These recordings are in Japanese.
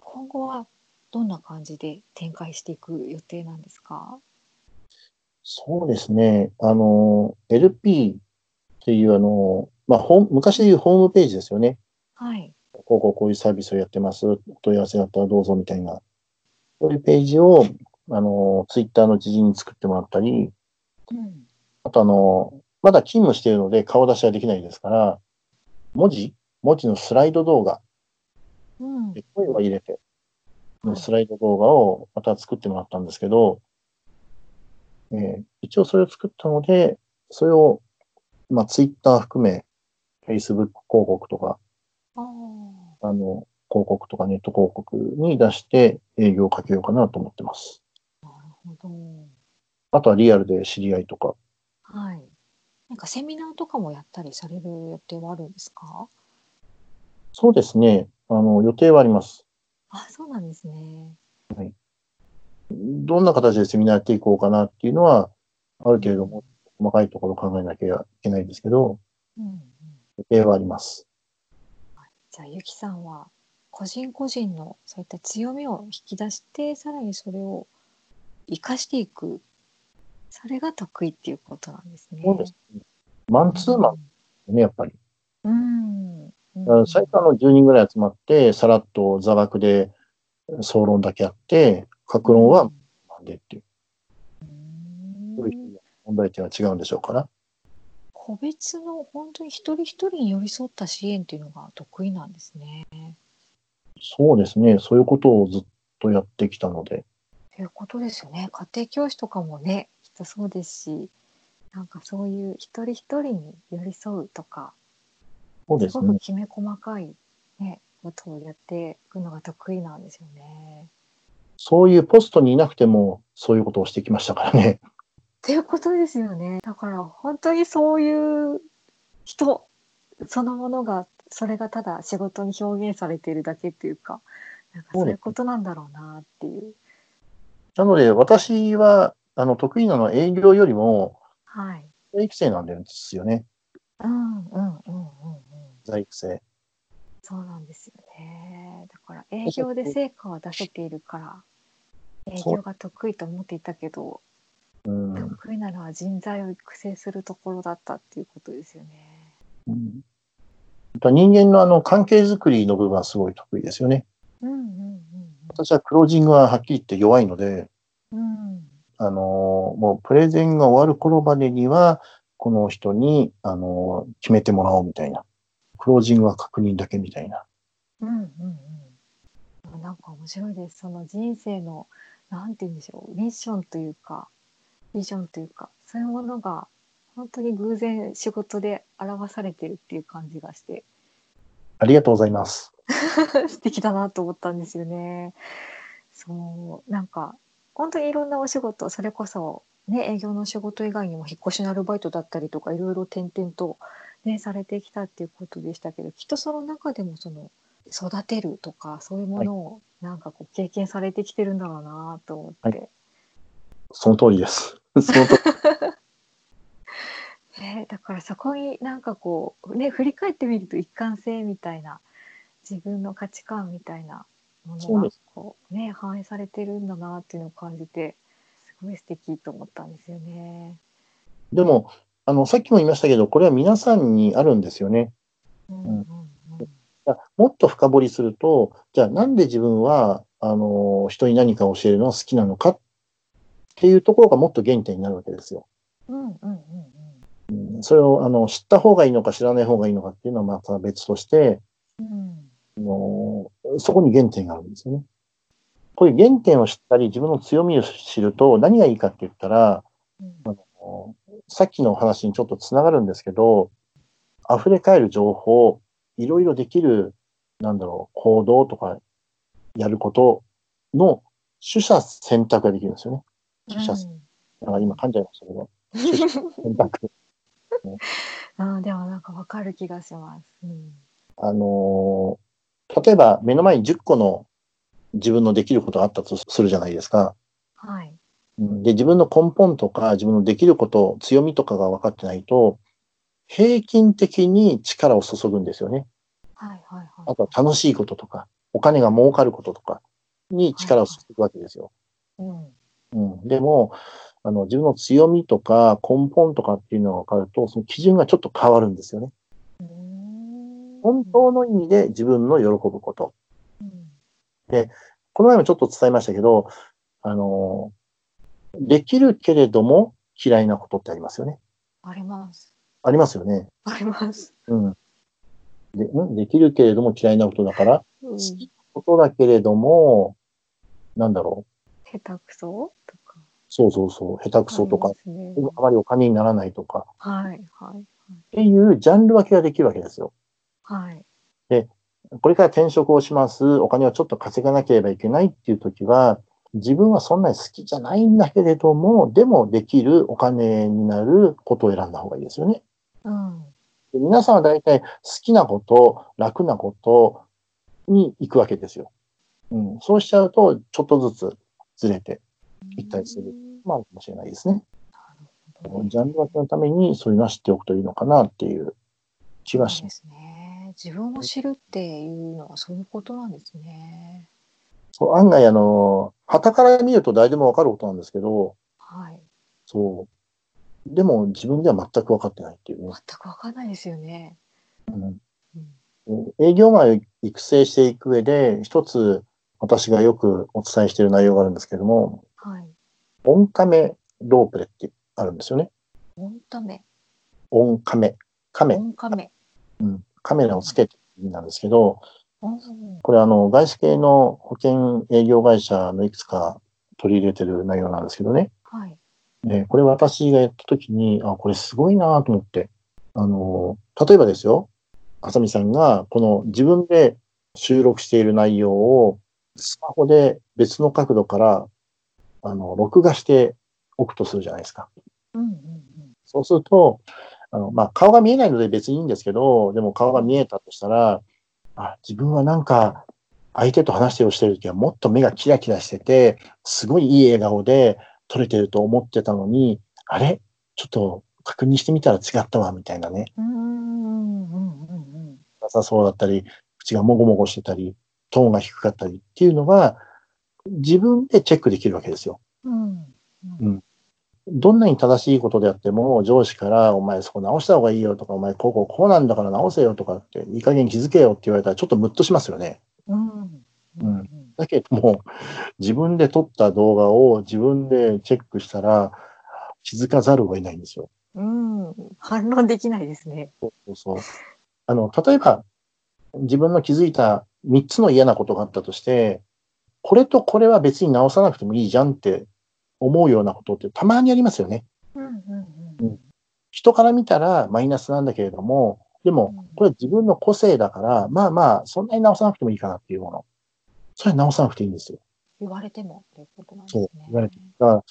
今後はどんな感じで展開していく予定なんですかそうですね。あの、LP っていう、あの、まあ、ホーム昔でいうホームページですよね。はい。こうこうこういうサービスをやってます。お問い合わせだったらどうぞみたいな。そういうページを、あの、ツイッターの知人に作ってもらったり、うん。あとあの、まだ勤務しているので顔出しはできないですから、文字文字のスライド動画うん。で声を入れて、はいスライド動画をまた作ってもらったんですけど、えー一応それを作ったので、それを、まあ、ツイッター含め、Facebook 広告とか、ああ。あの、広告とかネット広告に出して営業をかけようかなと思ってます。なるほど。あとはリアルで知り合いとか、はい。なんかセミナーとかもやったりされる予定はあるんですかそうですね、あの、予定はあります。あ、そうなんですね。どんな形でセミナーやっていこうかなっていうのは、ある程度も細かいところを考えなきゃいけないんですけど、うんうん。予定はあります。じゃあ、ゆきさんは個人個人のそういった強みを引き出して、さらにそれを活かしていく。それが得意っていうことなんですね。そうですね。マンツーマンですね、やっぱり。うん。うん。だから最初あの10人ぐらい集まって、さらっと座学で総論だけやって、格論はなんでっていうう。ん問題点は違うんでしょうから。個別の本当に一人一人に寄り添った支援っていうのが得意なんですね。そうですね、そういうことをずっとやってきたので。ということですよね。家庭教師とかもね、きっとそうですし、なんかそういう一人一人に寄り添うとか、そうですすごねく。きめ細かい、ね、ことをやっていくのが得意なんですよね。そういうポストにいなくても、そういうことをしてきましたからね。 っていうことですよね。だから本当にそういう人そのものが、それがただ仕事に表現されているだけっていうか、なんかそういうことなんだろうなっていう。なので、私は、あの、得意なのは営業よりも、はい。在育成なんですよね。うんうんうんうんうん。在育成。そうなんですよね。だから営業で成果は出せているから、営業が得意と思っていたけど、うん。得意なのは人材を育成するところだったっていうことですよね。うんあとは人間のあの、関係づくりの部分はすごい得意ですよね。うんうん私はクロージングははっきり言って弱いので、うんうん。うん。あのーもうプレゼンが終わる頃までには、この人に、あのー決めてもらおうみたいな。クロージングは確認だけみたいな。うんうんうん。なんか面白いです。その人生の、なんて言うんでしょう、ミッションというか、ビジョンというか、そういうものが、本当に偶然仕事で表されてるっていう感じがして、ありがとうございます。 素敵だなと思ったんですよね。そうなんか本当にいろんなお仕事それこそ、ね、営業の仕事以外にも引っ越しのアルバイトだったりとかいろいろ転々と、ね、されてきたっていうことでしたけどきっとその中でもその育てるとかそういうものをなんかこう経験されてきてるんだろうなと思って、その通りです。 その通り。ね、だからそこになんかこうね振り返ってみると一貫性みたいな自分の価値観みたいなもそうのでがすこう、ね、反映されてるんだなっていうのを感じてすごい素敵と思ったんですよね。でも、あの、さっきも言いましたけど、これは皆さんにあるんですよね。うんうんうんだからもっと深掘りすると、じゃあなんで自分は、あのー人に何か教えるのが好きなのかっていうところがもっと原点になるわけですよ。うんうんうんうんうんそれを、あの、知った方がいいのか知らない方がいいのかっていうのはまた別として、うんあのーそこに原点があるんですよね。こういう原点を知ったり、自分の強みを知ると何がいいかって言ったら、うんあのさっきの話にちょっとつながるんですけど、溢れ返る情報、いろいろできる、なんだろう、行動とか、やることの、取捨選択ができるんですよね。取捨、なんか今噛んじゃいましたけど、取捨 選択。うん、でもなんかわかる気がします。うんあのー例えば目の前に10個の自分のできることがあったとするじゃないですか。はいうんで、自分の根本とか、自分のできること、強みとかが分かってないと、平均的に力を注ぐんですよね。はいはいはい。あとは楽しいこととか、お金が儲かることとか、に力を注ぐわけですよ。うん。うん、でもあの、自分の強みとか根本とかっていうのが分かると、その基準がちょっと変わるんですよね。うん本当の意味で自分の喜ぶこと。うんこの前もちょっと伝えましたけど、あの、できるけれども嫌いなことってありますよね。あります。ありますよね。あります。うん。でんできるけれども嫌いなことだから、うん、好下きことだけれども、なんだろう。手くそとか。そうそうそう。下手くそとあかり、ますねあまりお金にならないとか、はいはいっていうジャンル分けができるわけですよ。はい。これから転職をします。お金をちょっと稼がなければいけないっていう時は、自分はそんなに好きじゃないんだけれども、でもできるお金になることを選んだ方がいいですよね。うん。で皆さんは大体好きなこと、楽なことに行くわけですよ。うん、そうしちゃうと、ちょっとずつずれていったりする。まあ、かもしれないですね。ジャンル分けのために、そういうのは知っておくといいのかなっていう気がそしうま。ですすね。自分を知るっていうのはそういうことなんですね。そう案外、あの、旗から見ると誰でもわかることなんですけど、はい。そう。でも自分では全く分かってないっていうね全。くわかんないですよね。うんうん営業マンを育成していく上で、一つ私がよくお伝えしている内容があるんですけども、はい。オンカメロープレってあるんですよね。オンタメ、オンカメ。カオメ。ンカメ。うん、カメラをつけてるんなんですけど、うんこれあの、外資系の保険営業会社のいくつか取り入れてる内容なんですけどね。はい。ね、これ私がやった時に、あ、これすごいなと思って。あの、例えばですよ、あさみさんが、この自分で収録している内容を、スマホで別の角度から、あの、録画しておくとするじゃないですか。うんうんうん。そうすると、あの、まあ、顔が見えないので別にいいんですけど、でも顔が見えたとしたら、あ、自分はなんか、相手と話をしてるときはもっと目がキラキラしてて、すごいいい笑顔で撮れてると思ってたのに、あれちょっと確認してみたら違ったわ、みたいなね。うんうんうんうんなさそうだったり、口がもごもごしてたり、トーンが低かったりっていうのは、自分でチェックできるわけですよ。うんどんなに正しいことであっても、上司から、お前そこ直した方がいいよとか、お前こうこうこうなんだから直せよとかって、いい加減気づけよって言われたらちょっとムッとしますよね。うんうんだけども、自分で撮った動画を自分でチェックしたら、気づかざるを得ないんですよ。うんうん反論できないですね。そうそう。あの、例えば、自分の気づいた3つの嫌なことがあったとして、これとこれは別に直さなくてもいいじゃんって思うようなことってたまにありますよね。うんうんうん人から見たらマイナスなんだけれども、でうんも、これは自分の個性だから、まあまあ、そんなに直さなくてもいいかなっていうもの。それは直さなくていいんですよ。言われてもっていうことなんですそねう。。言われて。だから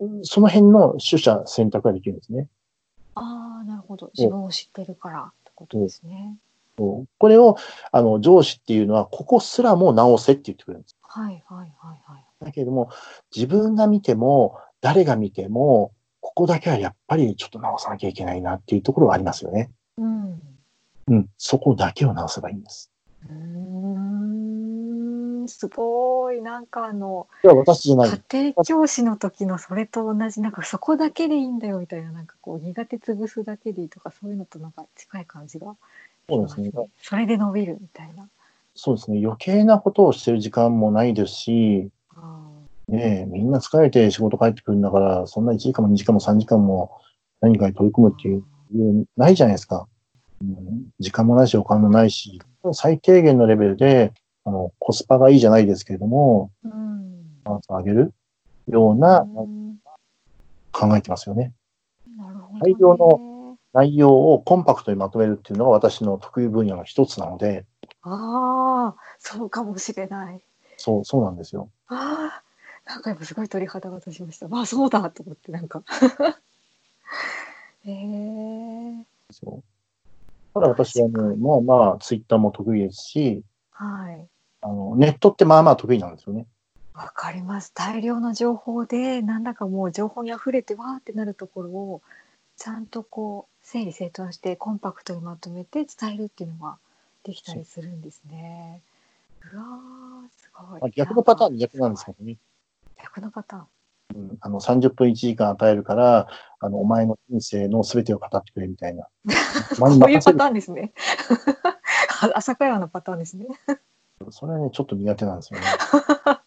うん、その辺の取捨選択ができるんですね。ああ、なるほど。自分を知ってるからってことですね。そうこれを、あの、上司っていうのは、ここすらも直せって言ってくれるんです。はいはいはいはい。だけれども、自分が見ても、誰が見ても、ここだけはやっぱりちょっと直さなきゃいけないなっていうところはありますよね。うん。ううん。そこだけを直せばいいんです。ーん、すごい。なんかあの、では私じゃない。家庭教師の時のそれと同じ、なんかそこだけでいいんだよみたいな、なんかこう苦手潰すだけでいいとか、そういうのとなんか近い感じがしそうまですすねね。。それで伸びるみたいな。そうですね。余計なことをしてる時間もないですし、あねえ、みんな疲れて仕事帰ってくるんだから、そんな1時間も2時間も3時間も何かに取り組むっていう、ないじゃないですか。うん、時間もないし、お金もないし、最低限のレベルで、あの、コスパがいいじゃないですけれども、ーうん。バランスを上げるよううなん考えてますよね。なるほど、ね。大量の。内容をコンパクトにまとめるっていうのが私の得意分野の一つなので、ああ、そうかもしれない。そう、そうなんですよ。ああ、なんか今すごい鳥肌が立ちました。まあそうだと思ってなんか。 ええそう。ただ私はね、まあまあ、ツイッターも得意ですし、はい。あの、ネットってまあまあ得意なんですよね。わかります。大量の情報で、なんだかもう情報に溢れてわーってなるところを、ちゃんとこう、整理整頓して、コンパクトにまとめて伝えるっていうのができたりするんですね。うわーすごいまあ、逆のパターンで逆なんですけどね。逆のパターンうん、あの30分1時間与えるから、あのお前の人生の全てを語ってくれみたいな。お前にこういう任せパるターンですね 朝会話のパターンですねそれはね、ちょっと苦手なん ですよね。な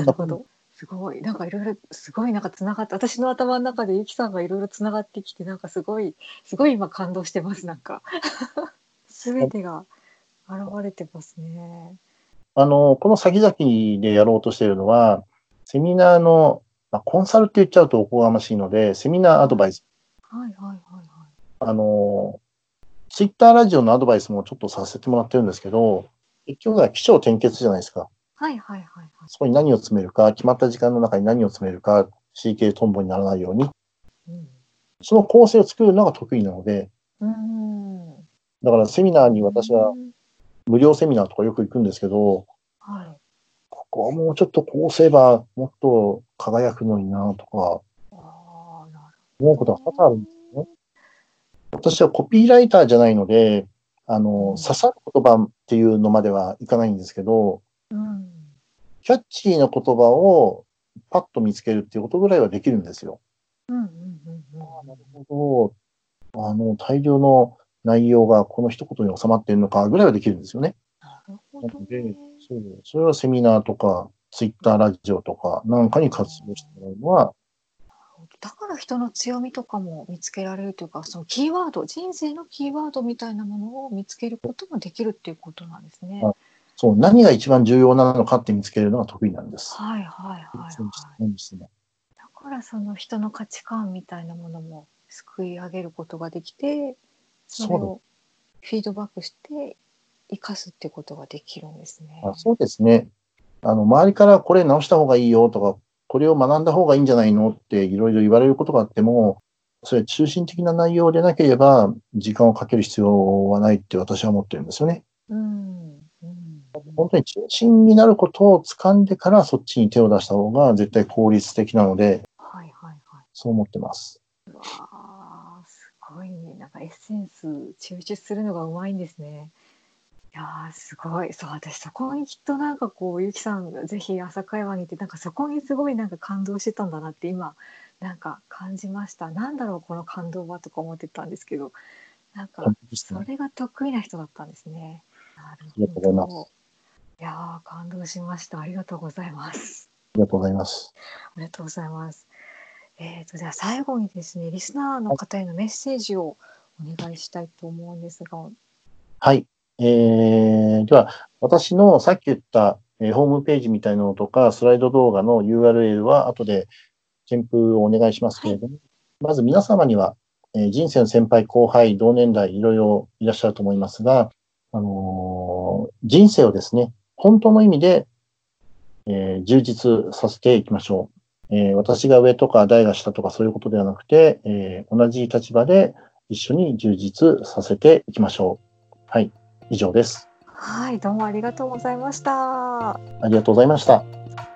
るほど。すごい。なんかいろいろ、すごいなんかつながって、私の頭の中でゆきさんがいろいろつながってきて、なんかすごい、すごい今感動してます、なんか。すべてが現れてますね。あの、この先々でやろうとしているのは、セミナーの、まあ、コンサルって言っちゃうとおこがましいので、セミナーアドバイス、はいはいはいはい。あの、ツイッターラジオのアドバイスもちょっとさせてもらってるんですけど、結局は起承転結じゃないですか。はいはいはいはい。そこに何を詰めるか、決まった時間の中に何を詰めるか、CK トンボにならないように、うんその構成を作るのが得意なので、うーん。だからセミナーに私は無料セミナーとかよく行くんですけど、はい。ここはもうちょっとこうすればもっと輝くのになとか、ああ、なる思うこほとど。が多々あるんです。私はコピーライターじゃないので、あの、刺さる言葉っていうのまではいかないんですけど、うん。キャッチーな言葉をパッと見つけるっていうことぐらいはできるんですよ。うんうんうんうん。なるほど。あの、大量の内容がこの一言に収まってるのかぐらいはできるんですよね。なるほなどのね、で、そう、それはセミナーとか、ツイッターラジオとかなんかに活用してもらうのは、だから人の強みとかも見つけられるというかそのキーワード人生のキーワードみたいなものを見つけることもできるっていうことなんですね。はいそう、何が一番重要なのかって見つけるのが得意なんです。はいはいはいそうはですい。ねですねだからその人の価値観みたいなものもすくい上げることができてそれそをフィードバックして生かすっていうことができるんですね。あそうですね。あの、周りからこれ直した方がいいよとか、これを学んだ方がいいんじゃないのっていろいろ言われることがあっても、それ中心的な内容でなければ、時間をかける必要はないって私は思ってるんですよね。うんうん本当に中心になることを掴んでからそっちに手を出した方が絶対効率的なので、はいはいはい。そう思ってます。あーすごいねなんかエッセンス抽出するのがうまいんですねいやーすごいそう私そこにきっとなんかこうゆきさんがぜひ朝会話に行ってなんかそこにすごいなんか感動してたんだなって今なんか感じましたなんだろうこの感動はとか思ってたんですけどなんか本当ですそねれが得意な人だったんですねなるりがとうございますほどいやー感動しましたありがとうございますありがとうございます。ありがとうございます。えー、とじゃあ最後にですねリスナーの方へのメッセージをお願いしたいと思うんですが、はい。えー、では、私のさっき言った、えーホームページみたいなのとか、スライド動画の URL は後で添付をお願いしますけれども、まず皆様には、えー人生の先輩、後輩、同年代、いろいろいらっしゃると思いますが、あのー人生をですね、本当の意味で、えー充実させていきましょう。えー私が上とか台が下とかそういうことではなくて、えー同じ立場で一緒に充実させていきましょう。はい、以上です。はいどうもありがとうございました。ありがとうございました。お